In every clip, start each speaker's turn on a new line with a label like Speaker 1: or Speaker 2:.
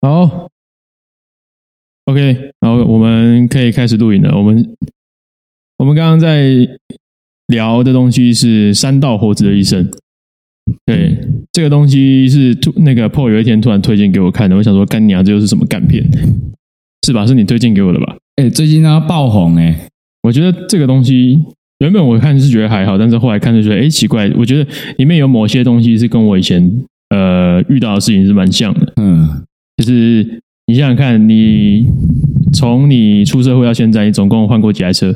Speaker 1: 好，OK，然后我们可以开始录影了。我们我们刚刚在聊的东西是山道猴子的一生。对，这个东西是突那个 Paul 有一天突然推荐给我看的，我想说干娘这又是什么干片？是吧？是你推荐给我的吧？
Speaker 2: 哎、最近它爆红哎、
Speaker 1: 我觉得这个东西原本我看是觉得还好，但是后来看就觉得哎奇怪，我觉得里面有某些东西是跟我以前呃遇到的事情是蛮像的。
Speaker 2: 嗯，
Speaker 1: 就是你想想看，你从你出社会到现在，你总共换过几台车？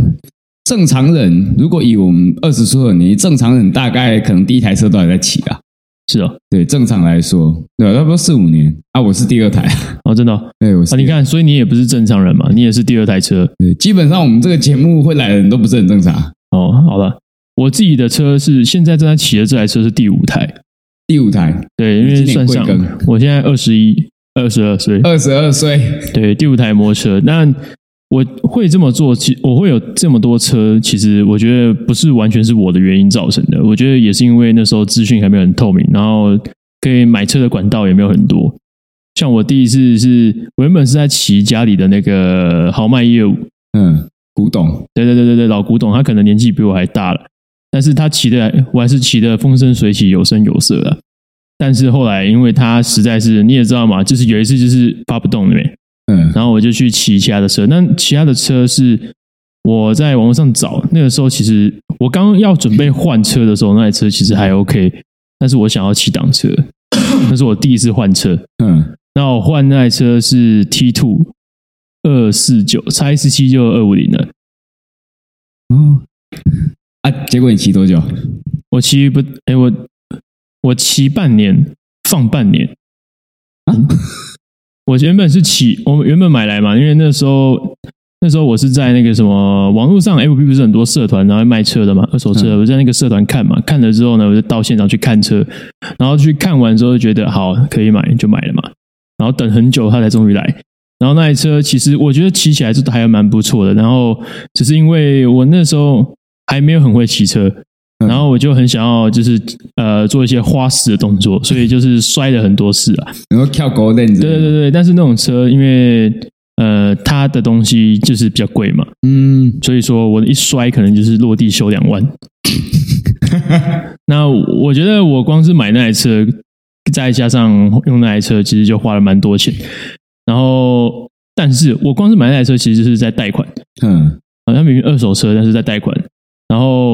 Speaker 2: 正常人如果以我们二十出头年纪，正常人大概可能第一台车都还在骑啊。
Speaker 1: 是哦，
Speaker 2: 对，正常来说，对、啊，差不多四五年啊，我是第二台，
Speaker 1: 哦，真的哦、
Speaker 2: 对，我
Speaker 1: 啊！
Speaker 2: 是
Speaker 1: 你
Speaker 2: 第二台、
Speaker 1: 看，所以你也不是正常人嘛，你也是第二台车
Speaker 2: 对，基本上我们这个节目会来的人都不是很正常。啊
Speaker 1: 哦。好了，我自己的车是现在正在骑的这台车是第五台，
Speaker 2: 第五台，
Speaker 1: 对，因为
Speaker 2: 你今年
Speaker 1: 算上
Speaker 2: 贵庚
Speaker 1: 我现在二十一、二十二岁，
Speaker 2: 二十二岁，
Speaker 1: 对，第五台摩托车。那我会这么做，其我会有这么多车，其实我觉得不是完全是我的原因造成的，我觉得也是因为那时候资讯还没有很透明，然后可以买车的管道也没有很多。像我第一次是，我原本是在骑家里的那个豪迈业务，
Speaker 2: 嗯，古董，
Speaker 1: 对对对对对，老古董，他可能年纪比我还大了，但是他骑的我还是骑的风生水起，有声有色的。但是后来，因为他实在是你也知道嘛，就是有一次就是发不动了没，
Speaker 2: 嗯
Speaker 1: 然后我就去骑其他的车。那其他的车是我在网络上找，那个时候其实我刚要准备换车的时候，那台车其实还 OK，但是我想要骑挡车，那是我第一次换车。
Speaker 2: 嗯，
Speaker 1: 那我换那台车是 T Two 二四九，差一四七就二五零了。
Speaker 2: 哦，啊，结果你骑多久？啊
Speaker 1: 我骑不，哎、我我骑半年，放半年。
Speaker 2: 啊
Speaker 1: 我原本是骑，我原本买来嘛，因为那时候那时候我是在那个什么网络上，FB 不是很多社团，然后卖车的嘛，二手车，我在那个社团看嘛，看了之后呢，我就到现场去看车，然后去看完之后就觉得好可以买，就买了嘛，然后等很久他才终于来，然后那台车其实我觉得骑起来是还蛮不错的，然后只是因为我那时候还没有很会骑车，然后我就很想要就是呃做一些花式的动作，所以就是摔了很多次啊。
Speaker 2: 然后跳狗链子，
Speaker 1: 对对对对，但是那种车因为呃它的东西就是比较贵嘛，
Speaker 2: 嗯，
Speaker 1: 所以说我一摔可能就是落地修两万。那我觉得我光是买那台车，再加上用那台车，其实就花了蛮多钱。然后，但是我光是买那台车，其实就是在贷款，
Speaker 2: 嗯，
Speaker 1: 好像明明二手车，但是在贷款。然后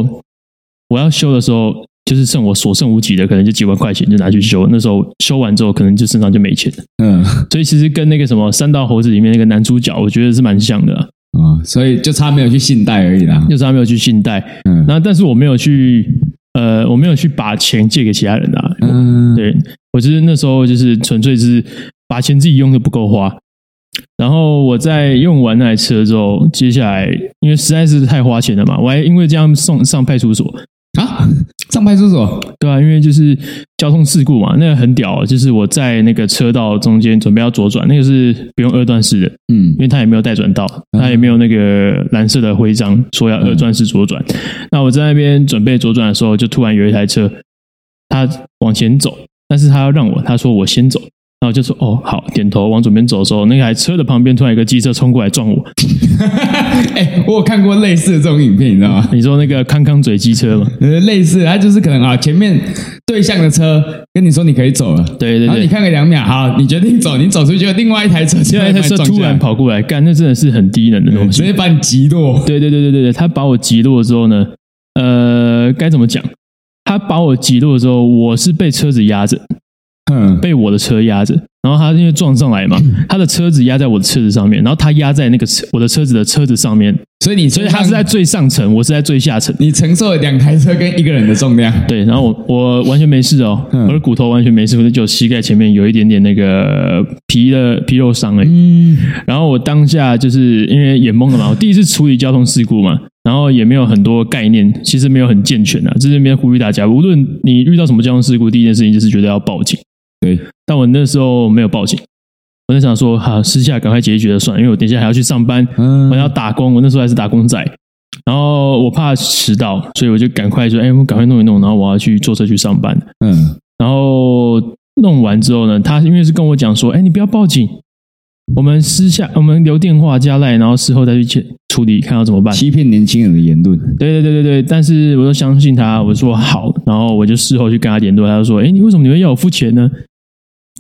Speaker 1: 我要修的时候，就是剩我所剩无几的，可能就几万块钱就拿去修。那时候修完之后，可能就身上就没钱了。
Speaker 2: 嗯，
Speaker 1: 所以其实跟那个什么《三道猴子》里面那个男主角，我觉得是蛮像的啊、
Speaker 2: 哦，所以就差没有去信贷而已啦，
Speaker 1: 就是他没有去信贷，
Speaker 2: 嗯，
Speaker 1: 那但是我没有去，呃，我没有去把钱借给其他人的、啊。
Speaker 2: 嗯，
Speaker 1: 对我就是那时候就是纯粹是把钱自己用的不够花，然后我在用完那台车之后，接下来因为实在是太花钱了嘛，我还因为这样送上派出所，
Speaker 2: 啊，上派出所，
Speaker 1: 对啊，因为就是交通事故嘛，那个很屌，就是我在那个车道中间准备要左转，那个是不用二段式的，
Speaker 2: 嗯
Speaker 1: 因为他也没有带转道，
Speaker 2: 嗯
Speaker 1: 他也没有那个蓝色的徽章说要二段式左转。那我在那边准备左转的时候，就突然有一台车，他往前走，但是他要让我，他说我先走，然后我就说哦好，点头往左边走的时候，那台车的旁边突然有一个机车冲过来撞我，
Speaker 2: 哎、我有看过类似的这种影片，你知道吗？
Speaker 1: 你说那个康康嘴机车嘛？
Speaker 2: 呃，类似，它就是可能啊，前面对向的车跟你说你可以走了，
Speaker 1: 对对
Speaker 2: 然后你
Speaker 1: 对。
Speaker 2: 看个两秒，好，你决定走，你走出去，另外一台车，
Speaker 1: 现在
Speaker 2: 一
Speaker 1: 台车突然，跑过来，干，那真的是很低能的东西
Speaker 2: 直。接把你击落。
Speaker 1: 对对对对对对，他把我击落之后呢，呃，该怎么讲？他把我击落之后，我是被车子压着，
Speaker 2: 嗯，
Speaker 1: 被我的车压着，然后他因为撞上来嘛，他的车子压在我的车子上面，然后他压在那个车我的车子的车子上面，
Speaker 2: 所以你
Speaker 1: 所
Speaker 2: 所
Speaker 1: 以他是在最上层，我是在最下层。
Speaker 2: 你承受了两台车跟一个人的重量。
Speaker 1: 对，然后我我完全没事哦，
Speaker 2: 嗯
Speaker 1: 我的骨头完全没事，我就膝盖前面有一点点那个皮的皮肉伤而已。
Speaker 2: 嗯，
Speaker 1: 然后我当下就是因为也懵了嘛，我第一次处理交通事故嘛，然后也没有很多概念，其实没有很健全啊。这是边呼吁大家，无论你遇到什么交通事故，第一件事情就是觉得要报警。
Speaker 2: 对，
Speaker 1: 但我那时候没有报警，我在想说，好、私下赶快解决了算了，因为我等一下还要去上班，
Speaker 2: 嗯
Speaker 1: 我要打工，我那时候还是打工仔，然后我怕迟到，所以我就赶快说，哎，我赶快弄一弄，然后我要去坐车去上班。
Speaker 2: 嗯
Speaker 1: 然后弄完之后呢，他因为是跟我讲说，哎，你不要报警，我们私下我们留电话加赖，然后事后再去切处理，看要怎么办。
Speaker 2: 欺骗年轻人的言论，
Speaker 1: 对对对对对，但是我都相信他，我说好，然后我就事后去跟他联络，他就说，哎，你为什么你会要我付钱呢？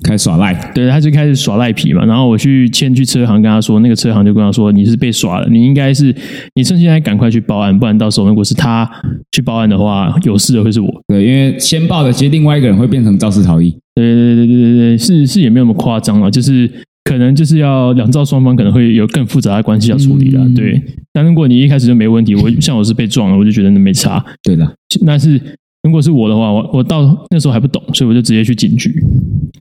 Speaker 2: 开始耍赖，
Speaker 1: 对，他就开始耍赖皮嘛。然后我去先去车行跟他说，那个车行就跟他说，你是被耍了，你应该是你趁现在赶快去报案，不然到时候如果是他去报案的话，有事的会是我。
Speaker 2: 对，因为先报的，其实另外一个人会变成肇事逃逸，
Speaker 1: 对对对对对对，是是也没有那么夸张啊，就是可能就是要两造双方可能会有更复杂的关系要处理啦。
Speaker 2: 嗯
Speaker 1: 对，但如果你一开始就没问题，我像我是被撞了，我就觉得没差。
Speaker 2: 对的，
Speaker 1: 但是如果是我的话，我我到那时候还不懂，所以我就直接去警局。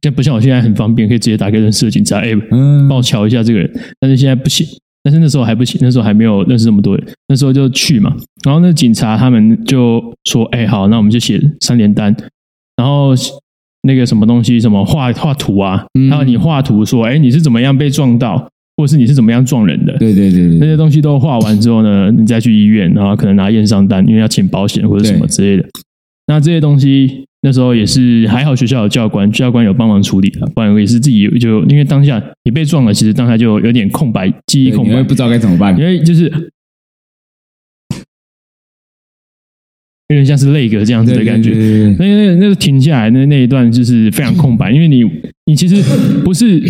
Speaker 1: 现在不像我现在很方便，可以直接打给认识的警察，哎、
Speaker 2: 嗯，
Speaker 1: 帮我瞧一下这个人。但是现在不行，但是那时候还不行，那时候还没有认识那么多人，那时候就去嘛。然后那警察他们就说：“哎、好，那我们就写三联单，然后那个什么东西，什么画画图啊，
Speaker 2: 嗯
Speaker 1: 还有你画图说，哎、你是怎么样被撞到，或者是你是怎么样撞人的。”
Speaker 2: 对对对
Speaker 1: 那
Speaker 2: 对，
Speaker 1: 些东西都画完之后呢，你再去医院，然后可能拿验伤单，因为要请保险或者什么之类的。那这些东西那时候也是还好，学校有教官，教官有帮忙处理的，不然我也是自己就因为当下你被撞了，其实当下就有点空白，记忆
Speaker 2: 对
Speaker 1: 空
Speaker 2: 你会
Speaker 1: 白，
Speaker 2: 不知道该怎么办
Speaker 1: 因，为就是有点像是那个这样子的感觉。
Speaker 2: 对，对对对
Speaker 1: 那那那个停下来那那一段就是非常空白， 因为你你其实不是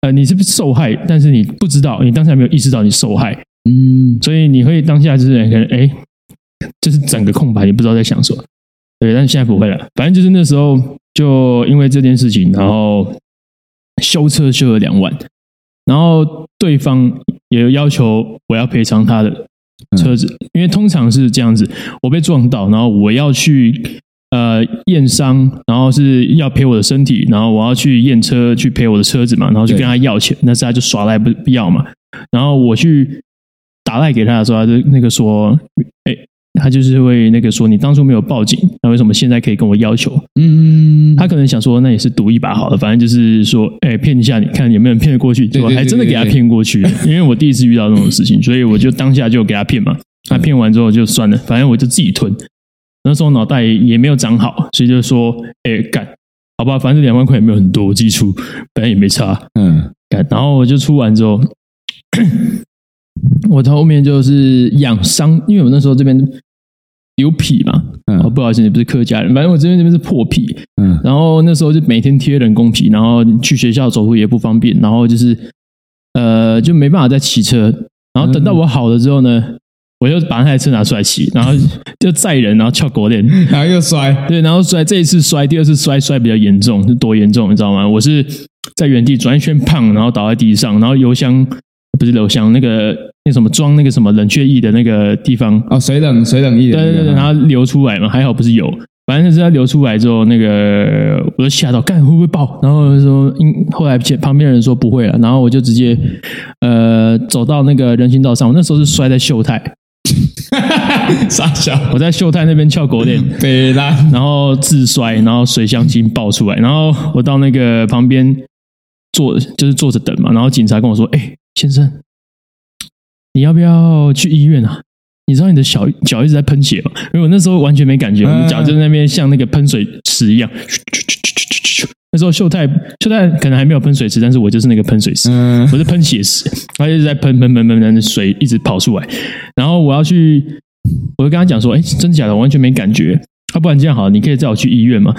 Speaker 1: 呃你是受害，但是你不知道，你当下没有意识到你受害，
Speaker 2: 嗯，
Speaker 1: 所以你会当下就是可能哎，诶就是整个空白，你不知道在想什么。对，但是现在不会了。反正就是那时候就因为这件事情，然后修车修了两万，然后对方也要求我要赔偿他的车子，因为通常是这样子，我被撞到，然后我要去呃验伤，然后是要赔我的身体，然后我要去验车去赔我的车子嘛，然后去跟他要钱，但是他就耍赖不不要嘛，然后我去打赖给他的时候，他就那个说，哎、他就是会那个说你当初没有报警，那为什么现在可以跟我要求？
Speaker 2: 嗯，
Speaker 1: 他可能想说那也是赌一把好了，反正就是说，哎、骗一下你看有没有人骗得过去，结果
Speaker 2: 对对
Speaker 1: 还真的给他
Speaker 2: 对对
Speaker 1: 骗过去了，因为我第一次遇到这种事情， 所以我就当下就给他骗嘛，他骗完之后就算了，反正我就自己吞。那时候脑袋也没有长好，所以就说，哎、干，好吧，反正这两万块也没有很多，我自己出，反正也没差。
Speaker 2: 嗯，
Speaker 1: 干然后我就出完之后， 我后面就是养伤，因为我那时候这边有痞嘛，
Speaker 2: 嗯
Speaker 1: 哦，不好意思，你不是客家人，反正我这边这边是破皮，
Speaker 2: 嗯，
Speaker 1: 然后那时候就每天贴人工皮，然后去学校走路也不方便，然后就是呃就没办法再骑车，然后等到我好了之后呢，我就把那台车拿出来骑，然后就载人，然后翘狗链，
Speaker 2: 然后又摔，
Speaker 1: 对，然后摔这一次摔，第二次摔摔比较严重，是多严重你知道吗？我是在原地转一圈胖，然后倒在地上，然后油箱呃不是油箱那个那什么装那个什么冷却液的那个地方，
Speaker 2: 哦，水冷水冷一点，
Speaker 1: 对对对对，然后流出来嘛，还好不是油，反正就是它流出来之后，那个我就吓到，干会不会爆？然后说，因后来前旁边的人说不会了，然后我就直接呃走到那个人行道上，我那时候是摔在秀泰，
Speaker 2: 傻笑，
Speaker 1: 我在秀泰那边翘狗链。
Speaker 2: 北啦，
Speaker 1: 然后自摔，然后水箱精爆出来，然后我到那个旁边坐，就是坐着等嘛。然后警察跟我说：“哎、先生，你要不要去医院啊？你知道你的小脚一直在喷血吗？因为我那时候完全没感觉，我的脚就在那边像那个喷水池一样。那时候秀泰秀泰可能还没有喷水池，但是我就是那个喷水池。
Speaker 2: 嗯，
Speaker 1: 我是喷血石，他一直在喷喷喷喷喷，水一直跑出来。然后我要去，我就跟他讲说：“哎、真的假的？我完全没感觉。要、不然这样好了，你可以载我去医院嘛。”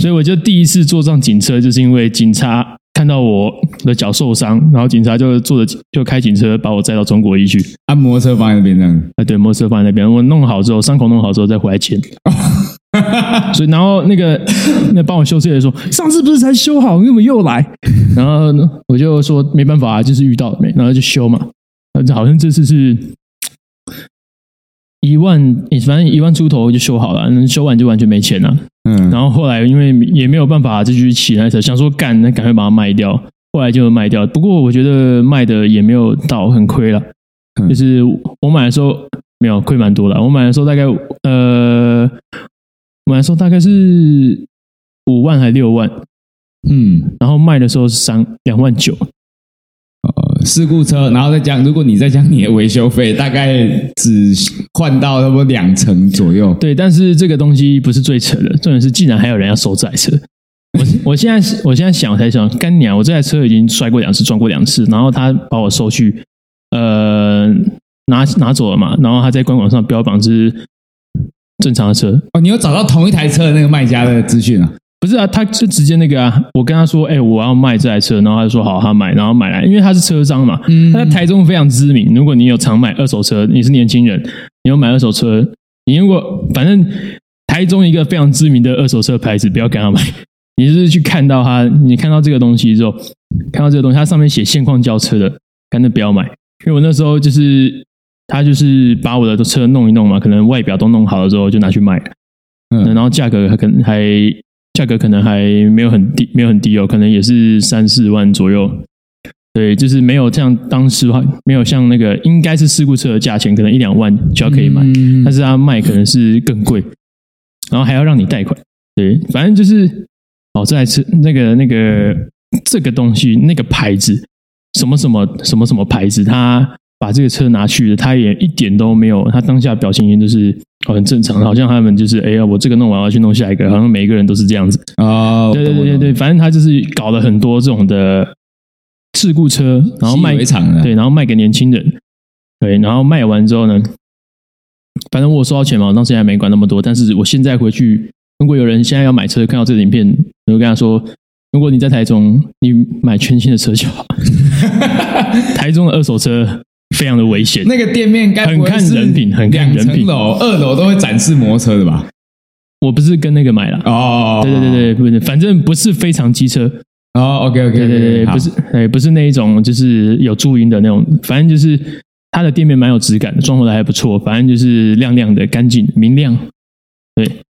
Speaker 1: 所以我就第一次坐上警车，就是因为警察看到我的脚受伤，然后警察就坐着就开警车把我载到中国医去。
Speaker 2: 按摩车放在那边这样子，
Speaker 1: 啊，对，摩托车放在那边，我弄好之后，伤口弄好之后再回来签。所以，然后那个那帮我修车的说，上次不是才修好，你怎么又来？然后呢我就说没办法啊，就是遇到没，然后就修嘛。呃好像这次是一万，反正一万出头就修好了，嗯修完就完全没钱了。
Speaker 2: 嗯，
Speaker 1: 然后后来因为也没有办法继续骑那车，想说干，那赶快把它卖掉。后来就卖掉，不过我觉得卖的也没有到很亏了，
Speaker 2: 嗯
Speaker 1: 就是我买的时候没有亏蛮多的。我买的时候大概呃，我买的时候大概是五万还六万，
Speaker 2: 嗯，
Speaker 1: 然后卖的时候是三两万九，
Speaker 2: 呃事故车，然后再加，如果你再加你的维修费，大概只换到差不多两成左右，
Speaker 1: 对，但是这个东西不是最扯的，重点是竟然还有人要收这台车，我我现在是我现在想才想，干娘，我这台车已经摔过两次，撞过两次，然后他把我收去，呃，拿拿走了嘛，然后他在官网上标榜是正常的车，
Speaker 2: 哦，你有找到同一台车的那个卖家的资讯啊？
Speaker 1: 不是啊，他就直接那个啊，我跟他说，哎、我要卖这台车，然后他就说好，他买，然后买来，因为他是车商嘛，
Speaker 2: 嗯
Speaker 1: 他在台中非常知名。如果你有常买二手车，你是年轻人，你有买二手车，你如果反正台中一个非常知名的二手车牌子，不要跟他买。 你就是去看到它，你看到这个东西之后，看到这个东西，它上面写现况交车的，干脆不要买。因为我那时候就是他就是把我的车弄一弄嘛，可能外表都弄好了之后就拿去卖了，
Speaker 2: 嗯
Speaker 1: 嗯，然后价格还可能还价格可能还没有很低，没有很低哦，可能也是三四万左右。对，就是没有像当时话没有像那个应该是事故车的价钱，可能一两万就要可以买，
Speaker 2: 嗯
Speaker 1: 但是他卖可能是更贵，然后还要让你贷款。对，反正就是哦，这台车那个那个这个东西那个牌子什么什么什么什么牌子，他把这个车拿去了，他也一点都没有，他当下表情就是、哦、很正常，好像他们就是哎呀，我这个弄完我要去弄下一个，好像每一个人都是哎这样子。
Speaker 2: 哦，
Speaker 1: 对对对对对，反正他就是搞了很多这种的事故车，然后卖
Speaker 2: 一场的，
Speaker 1: 对，然后卖给年轻人，对，然后卖完之后呢，反正我有收到钱嘛，我当时还没管那么多。但是我现在回去，如果有人现在要买车，看到这个影片，我就跟他说：如果你在台中，你买全新的车 就好。台中的二手车非常的危险，
Speaker 2: 那个店面该不会
Speaker 1: 很看
Speaker 2: 是
Speaker 1: 人品很看人
Speaker 2: 两
Speaker 1: 品
Speaker 2: 层楼、二楼都会展示摩托车的吧？
Speaker 1: 我不是跟那个买了。
Speaker 2: 哦，
Speaker 1: 对对对对，不是，反正不是非常机车，
Speaker 2: 哦，OK OK，
Speaker 1: 对对对，不是，哎，不是那一种，就是有注音的那种，反正就是它的店面蛮有质感的，装潢的还不错，反正就是亮亮的、干净、明亮，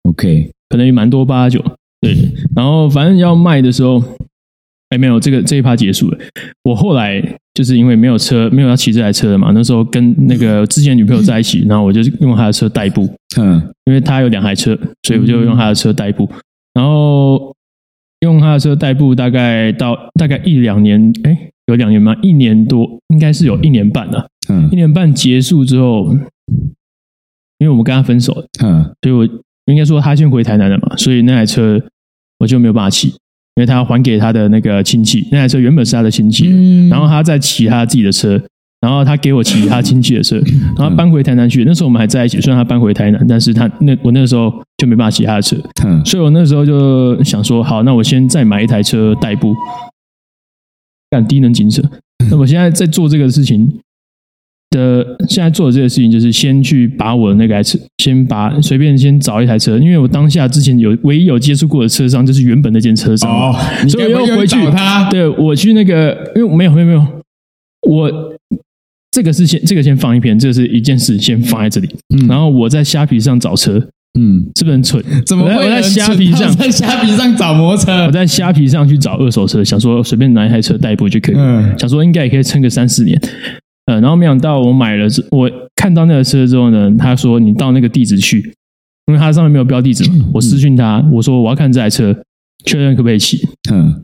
Speaker 2: OK，
Speaker 1: 可能也蛮多八加九。对，然后反正要卖的时候，哎，没有这个这一趴结束了。我后来就是因为没有车，没有要骑这台车了嘛，那时候跟那个之前女朋友在一起，然后我就用她的车代步，
Speaker 2: 嗯，
Speaker 1: 因为他有两台车，所以我就用他的车代步，然后用他的车代步，大概到大概一两年，哎，有两年吗？一年多，应该是有一年半了、
Speaker 2: 嗯
Speaker 1: 一年半结束之后，因为我们跟他分手了，
Speaker 2: 嗯
Speaker 1: 所以我应该说他先回台南了嘛，所以那台车我就没有办法骑，因为他要还给他的那个亲戚，那台车原本是他的亲戚的，
Speaker 2: 嗯
Speaker 1: 然后他再骑他自己的车，然后他给我骑他亲戚的车，然后搬回台南去。那时候我们还在一起，虽然他搬回台南，但是他那我那时候就没办法骑他的车，
Speaker 2: 嗯
Speaker 1: 所以我那时候就想说，好，那我先再买一台车代步，干低能警车。那我现在在做这个事情的，现在做的这个事情就是先去把我那个台车，先把随便先找一台车，因为我当下之前有唯一有接触过的车商就是原本那间车商，
Speaker 2: 哦，你
Speaker 1: 所以
Speaker 2: 该
Speaker 1: 我
Speaker 2: 不会
Speaker 1: 又回去
Speaker 2: 找他，
Speaker 1: 对我去那个，因为没有没有没有，我这个是先这个先放一边，这是一件事，先放在这里。
Speaker 2: 嗯
Speaker 1: 然后我在虾皮上找车，
Speaker 2: 嗯，
Speaker 1: 是不是很蠢？
Speaker 2: 怎么
Speaker 1: 我
Speaker 2: 会
Speaker 1: 在
Speaker 2: 有
Speaker 1: 我
Speaker 2: 人
Speaker 1: 在虾皮
Speaker 2: 知道
Speaker 1: 上，
Speaker 2: 在虾皮上找摩 托
Speaker 1: 我
Speaker 2: 车？
Speaker 1: 在虾皮上去找二手车，想说随便拿一台车代步就可以了，
Speaker 2: 嗯
Speaker 1: 想说应该也可以撑个三四年。呃，然后没想到我买了之，我看到那个车之后呢，他说你到那个地址去，因为他上面没有标地址嘛。我私讯他，我说我要看这台车，确认可不可以骑。
Speaker 2: 嗯，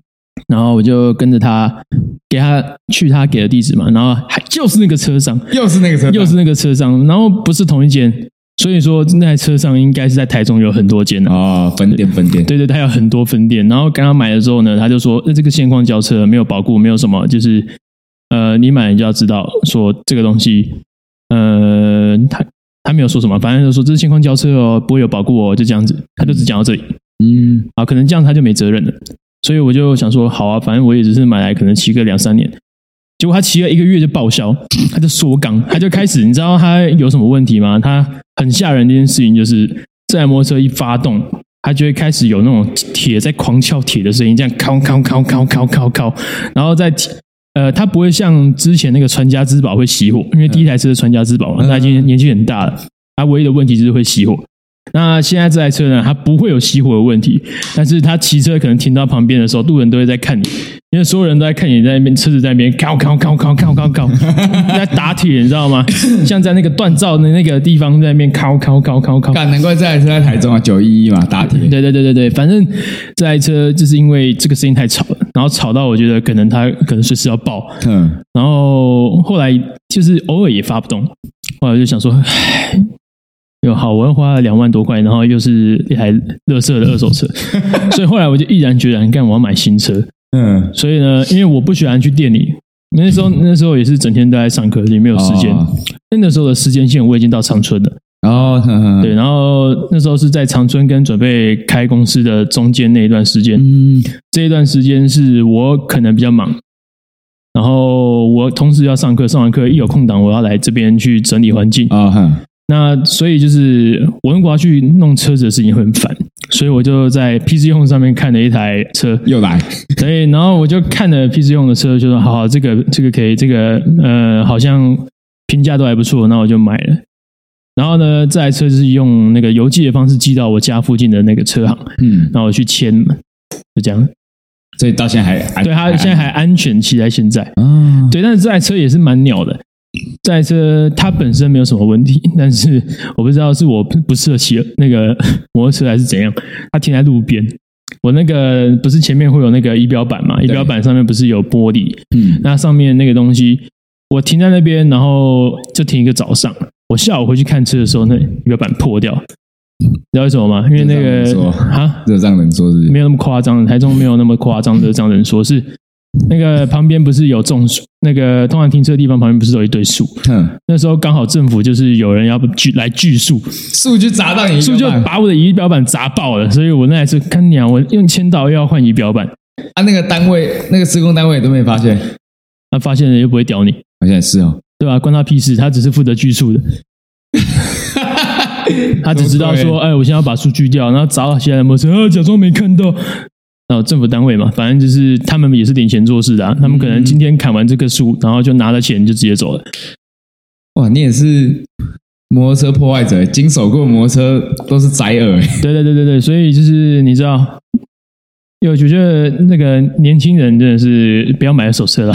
Speaker 1: 然后我就跟着他，给他去他给的地址嘛，然后还就是那个车上，
Speaker 2: 又是那个车，
Speaker 1: 又是那个车上，然后不是同一间，所以说那台车上应该是在台中有很多间的、啊
Speaker 2: 哦，分店分店，
Speaker 1: 对对，他有很多分店。然后刚刚买的时候呢，他就说，那这个现况交车没有保固，没有什么，就是呃，你买你就要知道说这个东西，呃，他他没有说什么，反正就说这是现况交车哦，不会有保固哦，就这样子，他就只讲到这里。
Speaker 2: 嗯
Speaker 1: 啊，可能这样他就没责任了。所以我就想说，好啊，反正我也只是买来可能骑个两三年，结果他骑了一个月就报销， 他就缩缸，他就开始，你知道他有什么问题吗？他很吓人的一件事情就是，这台摩托车一发动，他就会开始有那种铁在狂敲铁的声音，这样敲敲敲敲敲敲敲，然后在呃，它不会像之前那个传家之宝会熄火，因为第一台车是传家之宝嘛，
Speaker 2: 嗯
Speaker 1: 它已经年纪很大了，它唯一的问题就是会熄火。那现在这台车呢，它不会有熄火的问题，但是它骑车可能停到旁边的时候，路人都会在看你，因为所有人都在看你在那边，车子在那边靠靠靠靠靠靠靠，在打铁，你知道吗？像在那个锻造的那个地方在那边靠靠靠靠靠。
Speaker 2: 干，难怪这台车在台中啊，九一一嘛，大铁。
Speaker 1: 对对对对对，反正这台车就是因为这个声音太吵了，然后吵到我觉得可能它可能随时要爆，
Speaker 2: 嗯，
Speaker 1: 然后后来就是偶尔也发不动，后来我就想说，唉有好，我又花了两万多块，然后又是一台乐色的二手车，所以后来我就毅然决然干，我要买新车。
Speaker 2: 嗯，
Speaker 1: 所以呢，因为我不喜欢去店里，那时候那时候也是整天都在上课，也没有时间。
Speaker 2: 哦
Speaker 1: 那时候的时间线我已经到长春了，
Speaker 2: 然后
Speaker 1: 对，
Speaker 2: 对，
Speaker 1: 然后那时候是在长春跟准备开公司的中间那一段时间，
Speaker 2: 嗯
Speaker 1: 这一段时间是我可能比较忙，然后我同时要上课，上完课一有空档，我要来这边去整理环境。
Speaker 2: 啊哈，
Speaker 1: 那所以就是我如果要去弄车子的事情会很烦，所以我就在 PC Home 上面看了一台车，
Speaker 2: 又来，
Speaker 1: 所以然后我就看了 PC Home 的车，就说好好，这个这个可以，这个呃好像评价都还不错，那我就买了。然后呢，这台车就是用那个邮寄的方式寄到我家附近的那个车行，
Speaker 2: 嗯，
Speaker 1: 然后我去签嘛，就这样。
Speaker 2: 所以到现在还
Speaker 1: 对，它现在还安全期在现在。
Speaker 2: 啊，
Speaker 1: 对，但是这台车也是蛮鸟的。这台车它本身没有什么问题，但是我不知道是我不不适合骑那个摩托车还是怎样，它停在路边。我那个不是前面会有那个仪表板嘛？仪表板上面不是有玻璃？
Speaker 2: 嗯
Speaker 1: 那上面那个东西，我停在那边，然后就停一个早上。我下午回去看车的时候，那仪表板破掉，你知道为什么吗？因为那
Speaker 2: 这
Speaker 1: 个
Speaker 2: 怎么说
Speaker 1: 啊，
Speaker 2: 热胀冷缩是不是
Speaker 1: 没有那么夸张，台中没有那么夸张的这样人说，是那个旁边不是有种树，那个通常停车的地方旁边不是有一堆树，
Speaker 2: 哼，
Speaker 1: 那时候刚好政府就是有人要锯来锯树，
Speaker 2: 数据砸到你，
Speaker 1: 树就把我的仪表板砸爆了，所以我那台车看你啊，我用签到又要换仪表板，
Speaker 2: 啊，那个单位那个施工单位都没发现，
Speaker 1: 那发现了又不会屌你，
Speaker 2: 好像也是哦，
Speaker 1: 对吧？关他屁事，他只是负责锯树的。 他只知道
Speaker 2: 什么
Speaker 1: 说，哎，我现在要把树锯掉，然后砸到其他人摩托车，啊假装没看到。然后政府单位嘛，反正就是他们也是领钱做事的、啊，他们可能今天砍完这棵树，然后就拿了钱就直接走了。
Speaker 2: 哇，你也是摩托车破坏者，经手过摩托车都是欸宅耳，
Speaker 1: 对对对对对，所以就是你知道，因为我觉得那个年轻人真的是不要买二手车了，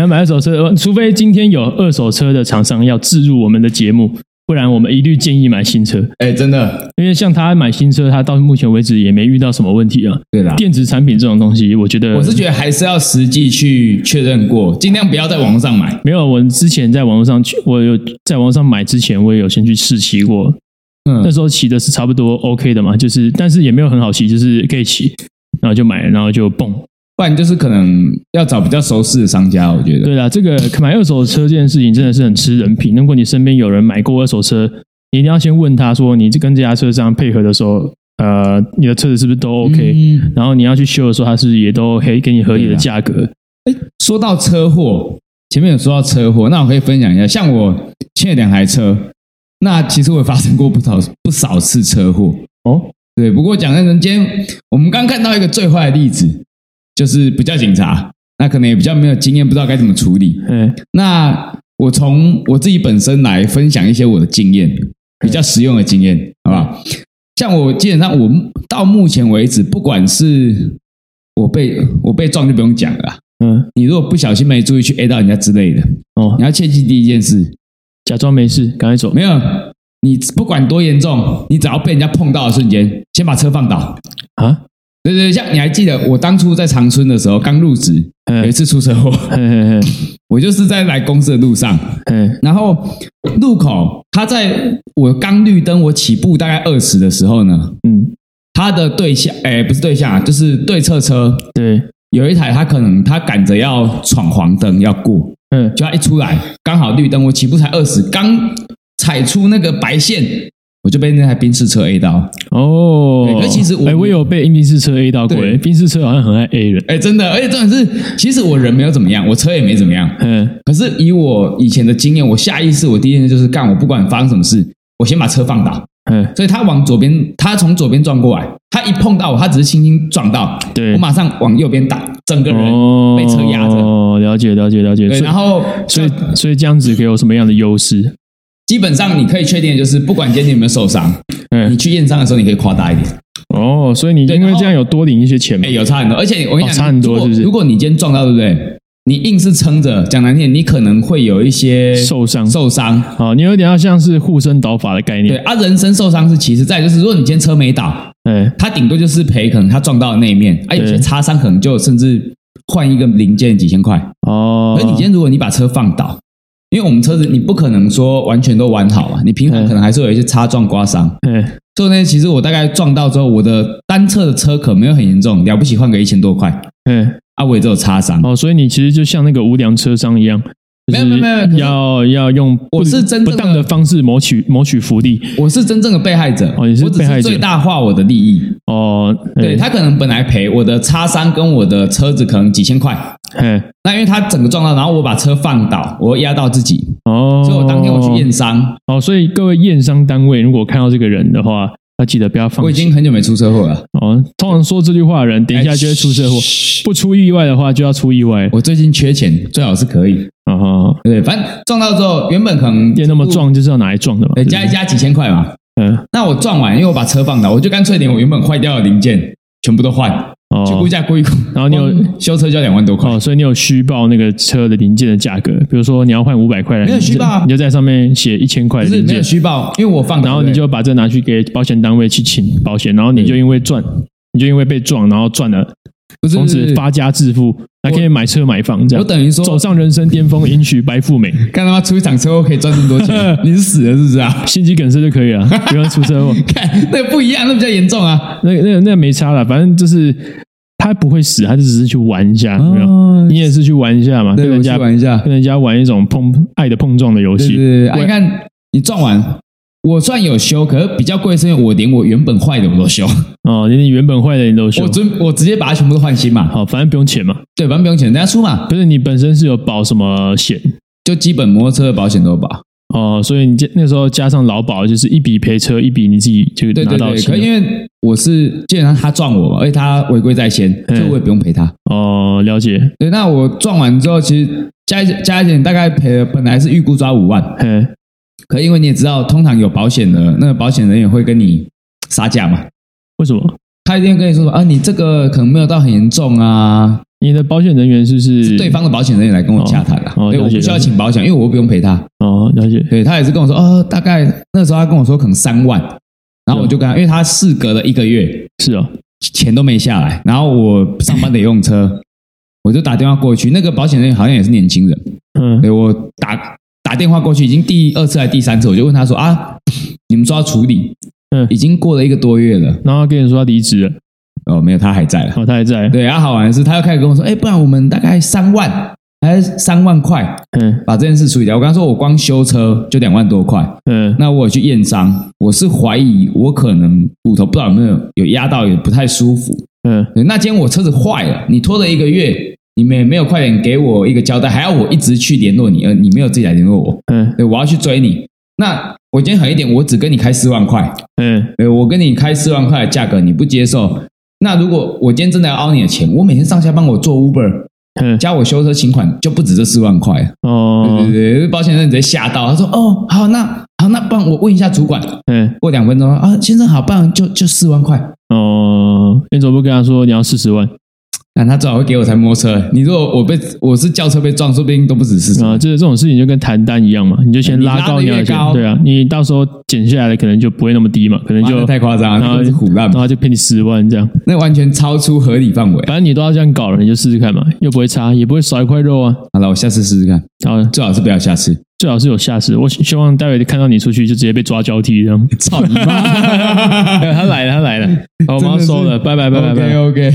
Speaker 1: 要买二手车，除非今天有二手车的厂商要置入我们的节目，不然我们一律建议买新车，
Speaker 2: 哎，真的，
Speaker 1: 因为像他买新车，他到目前为止也没遇到什么问题啊。
Speaker 2: 对啦。
Speaker 1: 电子产品这种东西，我觉得
Speaker 2: 我是觉得还是要实际去确认过，尽量不要在网上买。
Speaker 1: 没有。我之前在网络上去，我有在网络上买之前，我也有先去试骑过。
Speaker 2: 嗯
Speaker 1: 那时候骑的是差不多 OK 的嘛，就是但是也没有很好骑，就是可以骑，然后就买了，然后就蹦。
Speaker 2: 不然就是可能要找比较熟识的商家，我觉得。
Speaker 1: 对啦，这个买二手车这件事情真的是很吃人品。如果你身边有人买过二手车，你一定要先问他说，你跟这家车商配合的时候，呃，你的车子是不是都 OK？、
Speaker 2: 嗯
Speaker 1: 然后你要去修的时候，他是不是也都可以给你合理
Speaker 2: 对
Speaker 1: 的
Speaker 2: 啊
Speaker 1: 价格？
Speaker 2: 说到车祸，前面有说到车祸，那我可以分享一下，像我欠两台车，那其实我也发生过不少 不少次车祸。
Speaker 1: 哦，
Speaker 2: 对，不过讲认真，今天我们刚看到一个最坏的例子，就是不叫警察，那可能也比较没有经验，不知道该怎么处理。
Speaker 1: 嗯，
Speaker 2: 那我从我自己本身来分享一些我的经验，比较实用的经验，好不好？像我基本上我到目前为止，不管是我被我被撞就不用讲了啦，
Speaker 1: 嗯，
Speaker 2: 你如果不小心没注意去 A 到人家之类的，
Speaker 1: 哦
Speaker 2: 你，要切记第一件事，
Speaker 1: 假装没事，赶快走。
Speaker 2: 没有你不管多严重，你只要被人家碰到的瞬间，先把车放倒。
Speaker 1: 啊，
Speaker 2: 对对，对像你还记得我当初在长春的时候，刚入职，有一
Speaker 1: 嗯
Speaker 2: 次出车祸，
Speaker 1: 嘿嘿嘿，
Speaker 2: 我就是在来公司的路上，
Speaker 1: 嗯
Speaker 2: 然后路口，他在我刚绿灯，我起步大概二十的时候呢，
Speaker 1: 嗯，
Speaker 2: 他的对象，哎，不是对象啊，就是对侧车
Speaker 1: 对，
Speaker 2: 有一台，他可能他赶着要闯黄灯要过，
Speaker 1: 嗯
Speaker 2: 就他一出来，刚好绿灯，我起步才二十，刚踩出那个白线，我就被那台宾士车 A 到。
Speaker 1: 哦
Speaker 2: 对，可是其实我
Speaker 1: 哎，我有被宾士车 A 到过，
Speaker 2: 对
Speaker 1: 哎宾士车好像很爱 A 人，
Speaker 2: 哎，真的，而且重点是，其实我人没有怎么样，我车也没怎么样，
Speaker 1: 嗯
Speaker 2: 可是以我以前的经验，我下意识我第一件事就是干，我不管发生什么事，我先把车放倒。
Speaker 1: 嗯，
Speaker 2: 所以他往左边，他从左边撞过来，他一碰到我，他只是轻轻撞到，
Speaker 1: 对
Speaker 2: 我马上往右边打，整个人
Speaker 1: 嗯哦，
Speaker 2: 被车压着。
Speaker 1: 哦，了解了解了解，
Speaker 2: 对，
Speaker 1: 所以
Speaker 2: 然后
Speaker 1: 所
Speaker 2: 所以
Speaker 1: 以所以这样子给我什么样的优势？
Speaker 2: 基本上你可以确定的就是，不管今天你有没有受伤，你
Speaker 1: 嗯，
Speaker 2: 去验伤的时候你可以夸大一点，
Speaker 1: 哦，所以你
Speaker 2: 对
Speaker 1: 因为
Speaker 2: 然后
Speaker 1: 这样有多领一些钱嘛
Speaker 2: 哎，？有差很多。而且我跟你
Speaker 1: 哦
Speaker 2: 讲，
Speaker 1: 差很多
Speaker 2: 如果
Speaker 1: 是不是
Speaker 2: 如果你今天撞到，对不对？你硬是撑着，讲难听，你可能会有一些
Speaker 1: 受伤，
Speaker 2: 受伤。
Speaker 1: 好，你有点要像是护身导法的概
Speaker 2: 对
Speaker 1: 念，
Speaker 2: 啊，人身受伤是其次，再来就是如果你今天车没倒，
Speaker 1: 哎，
Speaker 2: 他顶多就是赔，可能他撞到的那一面，啊，有些
Speaker 1: 对
Speaker 2: 擦伤可能就甚至换一个零件几千块。
Speaker 1: 哦
Speaker 2: 而，你今天如果你把车放倒，因为我们车子你不可能说完全都完好嘛，你平常
Speaker 1: 嗯
Speaker 2: 可能还是会有一些擦撞刮伤。
Speaker 1: 哎，
Speaker 2: 所以呢，其实我大概撞到之后，我的单侧的车壳没有很严重，了不起换个一千多块
Speaker 1: 哎，
Speaker 2: 啊，我也只有擦伤。
Speaker 1: 哦，所以你其实就像那个无良车商一样，就
Speaker 2: 没有没有没有可
Speaker 1: 是
Speaker 2: 是
Speaker 1: 要要用不
Speaker 2: 嗯我是真正的
Speaker 1: 不当的方式谋取谋取福利
Speaker 2: 我是真正的被害者，
Speaker 1: 哦你是
Speaker 2: 我只
Speaker 1: 被害
Speaker 2: 是
Speaker 1: 者
Speaker 2: 最大化我的利益。
Speaker 1: 哦，哎
Speaker 2: 对，他可能本来赔我的擦伤跟我的车子可能几千块，
Speaker 1: 哎
Speaker 2: 那因为他整个撞到，然后我把车放倒，我压到自己，
Speaker 1: 哦，
Speaker 2: 所以我当天我去验伤，
Speaker 1: 哦，所以各位验伤单位如果看到这个人的话，要记得不要放
Speaker 2: 我已
Speaker 1: 弃
Speaker 2: 经很久没出车祸了，
Speaker 1: 哦。通常说这句话的人，等一下就会出车祸
Speaker 2: 哎，嘘
Speaker 1: 不出意外的话就要出意外
Speaker 2: 我最近缺钱，最好是可以，
Speaker 1: 哦哦。
Speaker 2: 对，反正撞到之后，原本可能
Speaker 1: 店那么，撞就是要拿来撞的嘛，对
Speaker 2: 呃
Speaker 1: 不
Speaker 2: 加一
Speaker 1: 对
Speaker 2: 加几千块嘛，
Speaker 1: 嗯
Speaker 2: 那我撞完，因为我把车放倒，我就干脆连我原本坏掉的零件全部都换，去估
Speaker 1: 哦
Speaker 2: 价估一估，
Speaker 1: 然后你有
Speaker 2: 光修车就要两万多块，
Speaker 1: 哦，所以你有虚报那个车的零件的价格，比如说你要换五百块的
Speaker 2: 没有
Speaker 1: 零件，
Speaker 2: 虚报啊
Speaker 1: 你就在上面写一千块
Speaker 2: 可
Speaker 1: 的
Speaker 2: 是
Speaker 1: 零
Speaker 2: 没
Speaker 1: 件
Speaker 2: 有，虚报，因为我放倒，
Speaker 1: 然后你
Speaker 2: 对
Speaker 1: 就把这拿去给保险单位去请保险，然后你就因为赚，你就因为被撞，然后赚了，
Speaker 2: 不是
Speaker 1: 从
Speaker 2: 不
Speaker 1: 此
Speaker 2: 是，
Speaker 1: 发家致富，还可以买车买房，这
Speaker 2: 我
Speaker 1: 样
Speaker 2: 等于说
Speaker 1: 走上人生巅峰，迎娶白富 美。
Speaker 2: 看他妈出一场车祸可以赚这么多钱， 你是死了是不是啊？
Speaker 1: 心肌梗塞就可 以了，不用出车祸。
Speaker 2: 看那个不一样，那比较严重啊。
Speaker 1: 那那那没差了，反正就是他不会死，他就只是去玩一下，有没有？
Speaker 2: 哦
Speaker 1: 你也是去玩一下嘛，跟
Speaker 2: 对，我
Speaker 1: 人
Speaker 2: 去
Speaker 1: 家
Speaker 2: 玩一下。
Speaker 1: 跟人家玩一种碰爱的碰撞的游
Speaker 2: 对对
Speaker 1: 戏。
Speaker 2: 对，啊你看你撞完，我算有修，可是比较贵，是因为我连我原本坏的我都修，
Speaker 1: 哦，你你原本坏的你都修
Speaker 2: 我，准我直接把它全部都换新嘛。
Speaker 1: 好，反正不用钱嘛。
Speaker 2: 对，反正不用钱，人家出嘛，
Speaker 1: 不是你本身是有保什么险
Speaker 2: 就基本摩托车的保险都有保。
Speaker 1: 哦，所以你这那时候加上劳保，就是一笔赔车，一笔你自己就
Speaker 2: 对
Speaker 1: 拿
Speaker 2: 对
Speaker 1: 到
Speaker 2: 对，
Speaker 1: 钱了。
Speaker 2: 可因为我是基本上他撞我嘛，而且他违规在先，所
Speaker 1: 嗯
Speaker 2: 以我也不用赔他。
Speaker 1: 哦，了解。
Speaker 2: 对，那我撞完之后，其实加一加一点，大概赔了，本来是预估抓五万，
Speaker 1: 嘿，
Speaker 2: 可因为你也知道，通常有保险的，那个保险人员会跟你杀价嘛，
Speaker 1: 为什么？
Speaker 2: 他一定会跟你说什么啊，你这个可能没有到很严重啊，
Speaker 1: 你的保险人员是不是
Speaker 2: 是对方的保险人员来跟我洽谈啊，
Speaker 1: 哦哦
Speaker 2: 对，我
Speaker 1: 了解
Speaker 2: 不需要
Speaker 1: 了解
Speaker 2: 请保险，因为我又不用赔他。
Speaker 1: 哦，了解。
Speaker 2: 对他也是跟我说，哦，大概那时候他跟我说可能三万，然后我就跟他，因为他事隔了一个月，
Speaker 1: 是哦，
Speaker 2: 钱都没下来，然后我上班得用车，我就打电话过去，那个保险人员好像也是年轻人，
Speaker 1: 嗯，
Speaker 2: 对我打打电话过去，已经第二次还是第三次，我就问他说啊， 你们说要处理，
Speaker 1: 嗯
Speaker 2: 已经过了一个多月了，
Speaker 1: 然后他跟你说他离职了，
Speaker 2: 哦，没有，他还在了。
Speaker 1: 哦，他还在。
Speaker 2: 对，然后好玩的是，他又开始跟我说，哎，不然我们大概三万还是三万块
Speaker 1: 嗯
Speaker 2: 把这件事处理掉。我跟他说，我光修车就两万多块，
Speaker 1: 嗯，
Speaker 2: 那我有去验伤，我是怀疑我可能骨头不知道有没有有压到，也不太舒服。
Speaker 1: 嗯，
Speaker 2: 对那今天我车子坏了，你拖了一个月，你们也没有快点给我一个交代，还要我一直去联络你，呃，你没有自己来联络我。
Speaker 1: 嗯
Speaker 2: 对，我要去追你。那我今天狠一点，我只跟你开四万块，
Speaker 1: 嗯，
Speaker 2: 对我跟你开四万块的价格，你不接受。那如果我今天真的要凹你的钱，我每天上下班我做 Uber
Speaker 1: 嗯，
Speaker 2: 加我修车请款就不止这四万块。
Speaker 1: 哦
Speaker 2: 对，对对，保险人直接吓到，他说：“哦，好，那好，那不然我问一下主管。
Speaker 1: 嗯，”
Speaker 2: 过两分钟啊，先生好，不然就就四万块。
Speaker 1: 哦，你怎么不跟他说你要四十万
Speaker 2: 那他最好会给我台摩托车。你如果我被我是轿车被撞，说不定都不止四十。
Speaker 1: 啊？这这种事情就跟谈单一样嘛，你就先
Speaker 2: 你
Speaker 1: 拉
Speaker 2: 拉
Speaker 1: 高
Speaker 2: 得
Speaker 1: 你
Speaker 2: 越
Speaker 1: 的钱
Speaker 2: 高，
Speaker 1: 对啊，你到时候减下来的可能就不会那么低嘛，可能
Speaker 2: 就
Speaker 1: 就嗯
Speaker 2: 太夸张了，
Speaker 1: 然
Speaker 2: 那
Speaker 1: 后
Speaker 2: 个是虎烂
Speaker 1: 然，后就骗你十万这样，
Speaker 2: 那完全超出合理范围。
Speaker 1: 反正你都要这样搞了，你就试试看嘛，又不会差，也不会少一块肉啊。
Speaker 2: 好了，我下次试试看，
Speaker 1: 然后
Speaker 2: 最好是不要下次。
Speaker 1: 最好是有下次，我希希望待会看到你出去就直接被抓交替这样。
Speaker 2: 操 你妈！
Speaker 1: 他来了，他来了，好我们要收了，拜拜拜拜拜拜
Speaker 2: OK。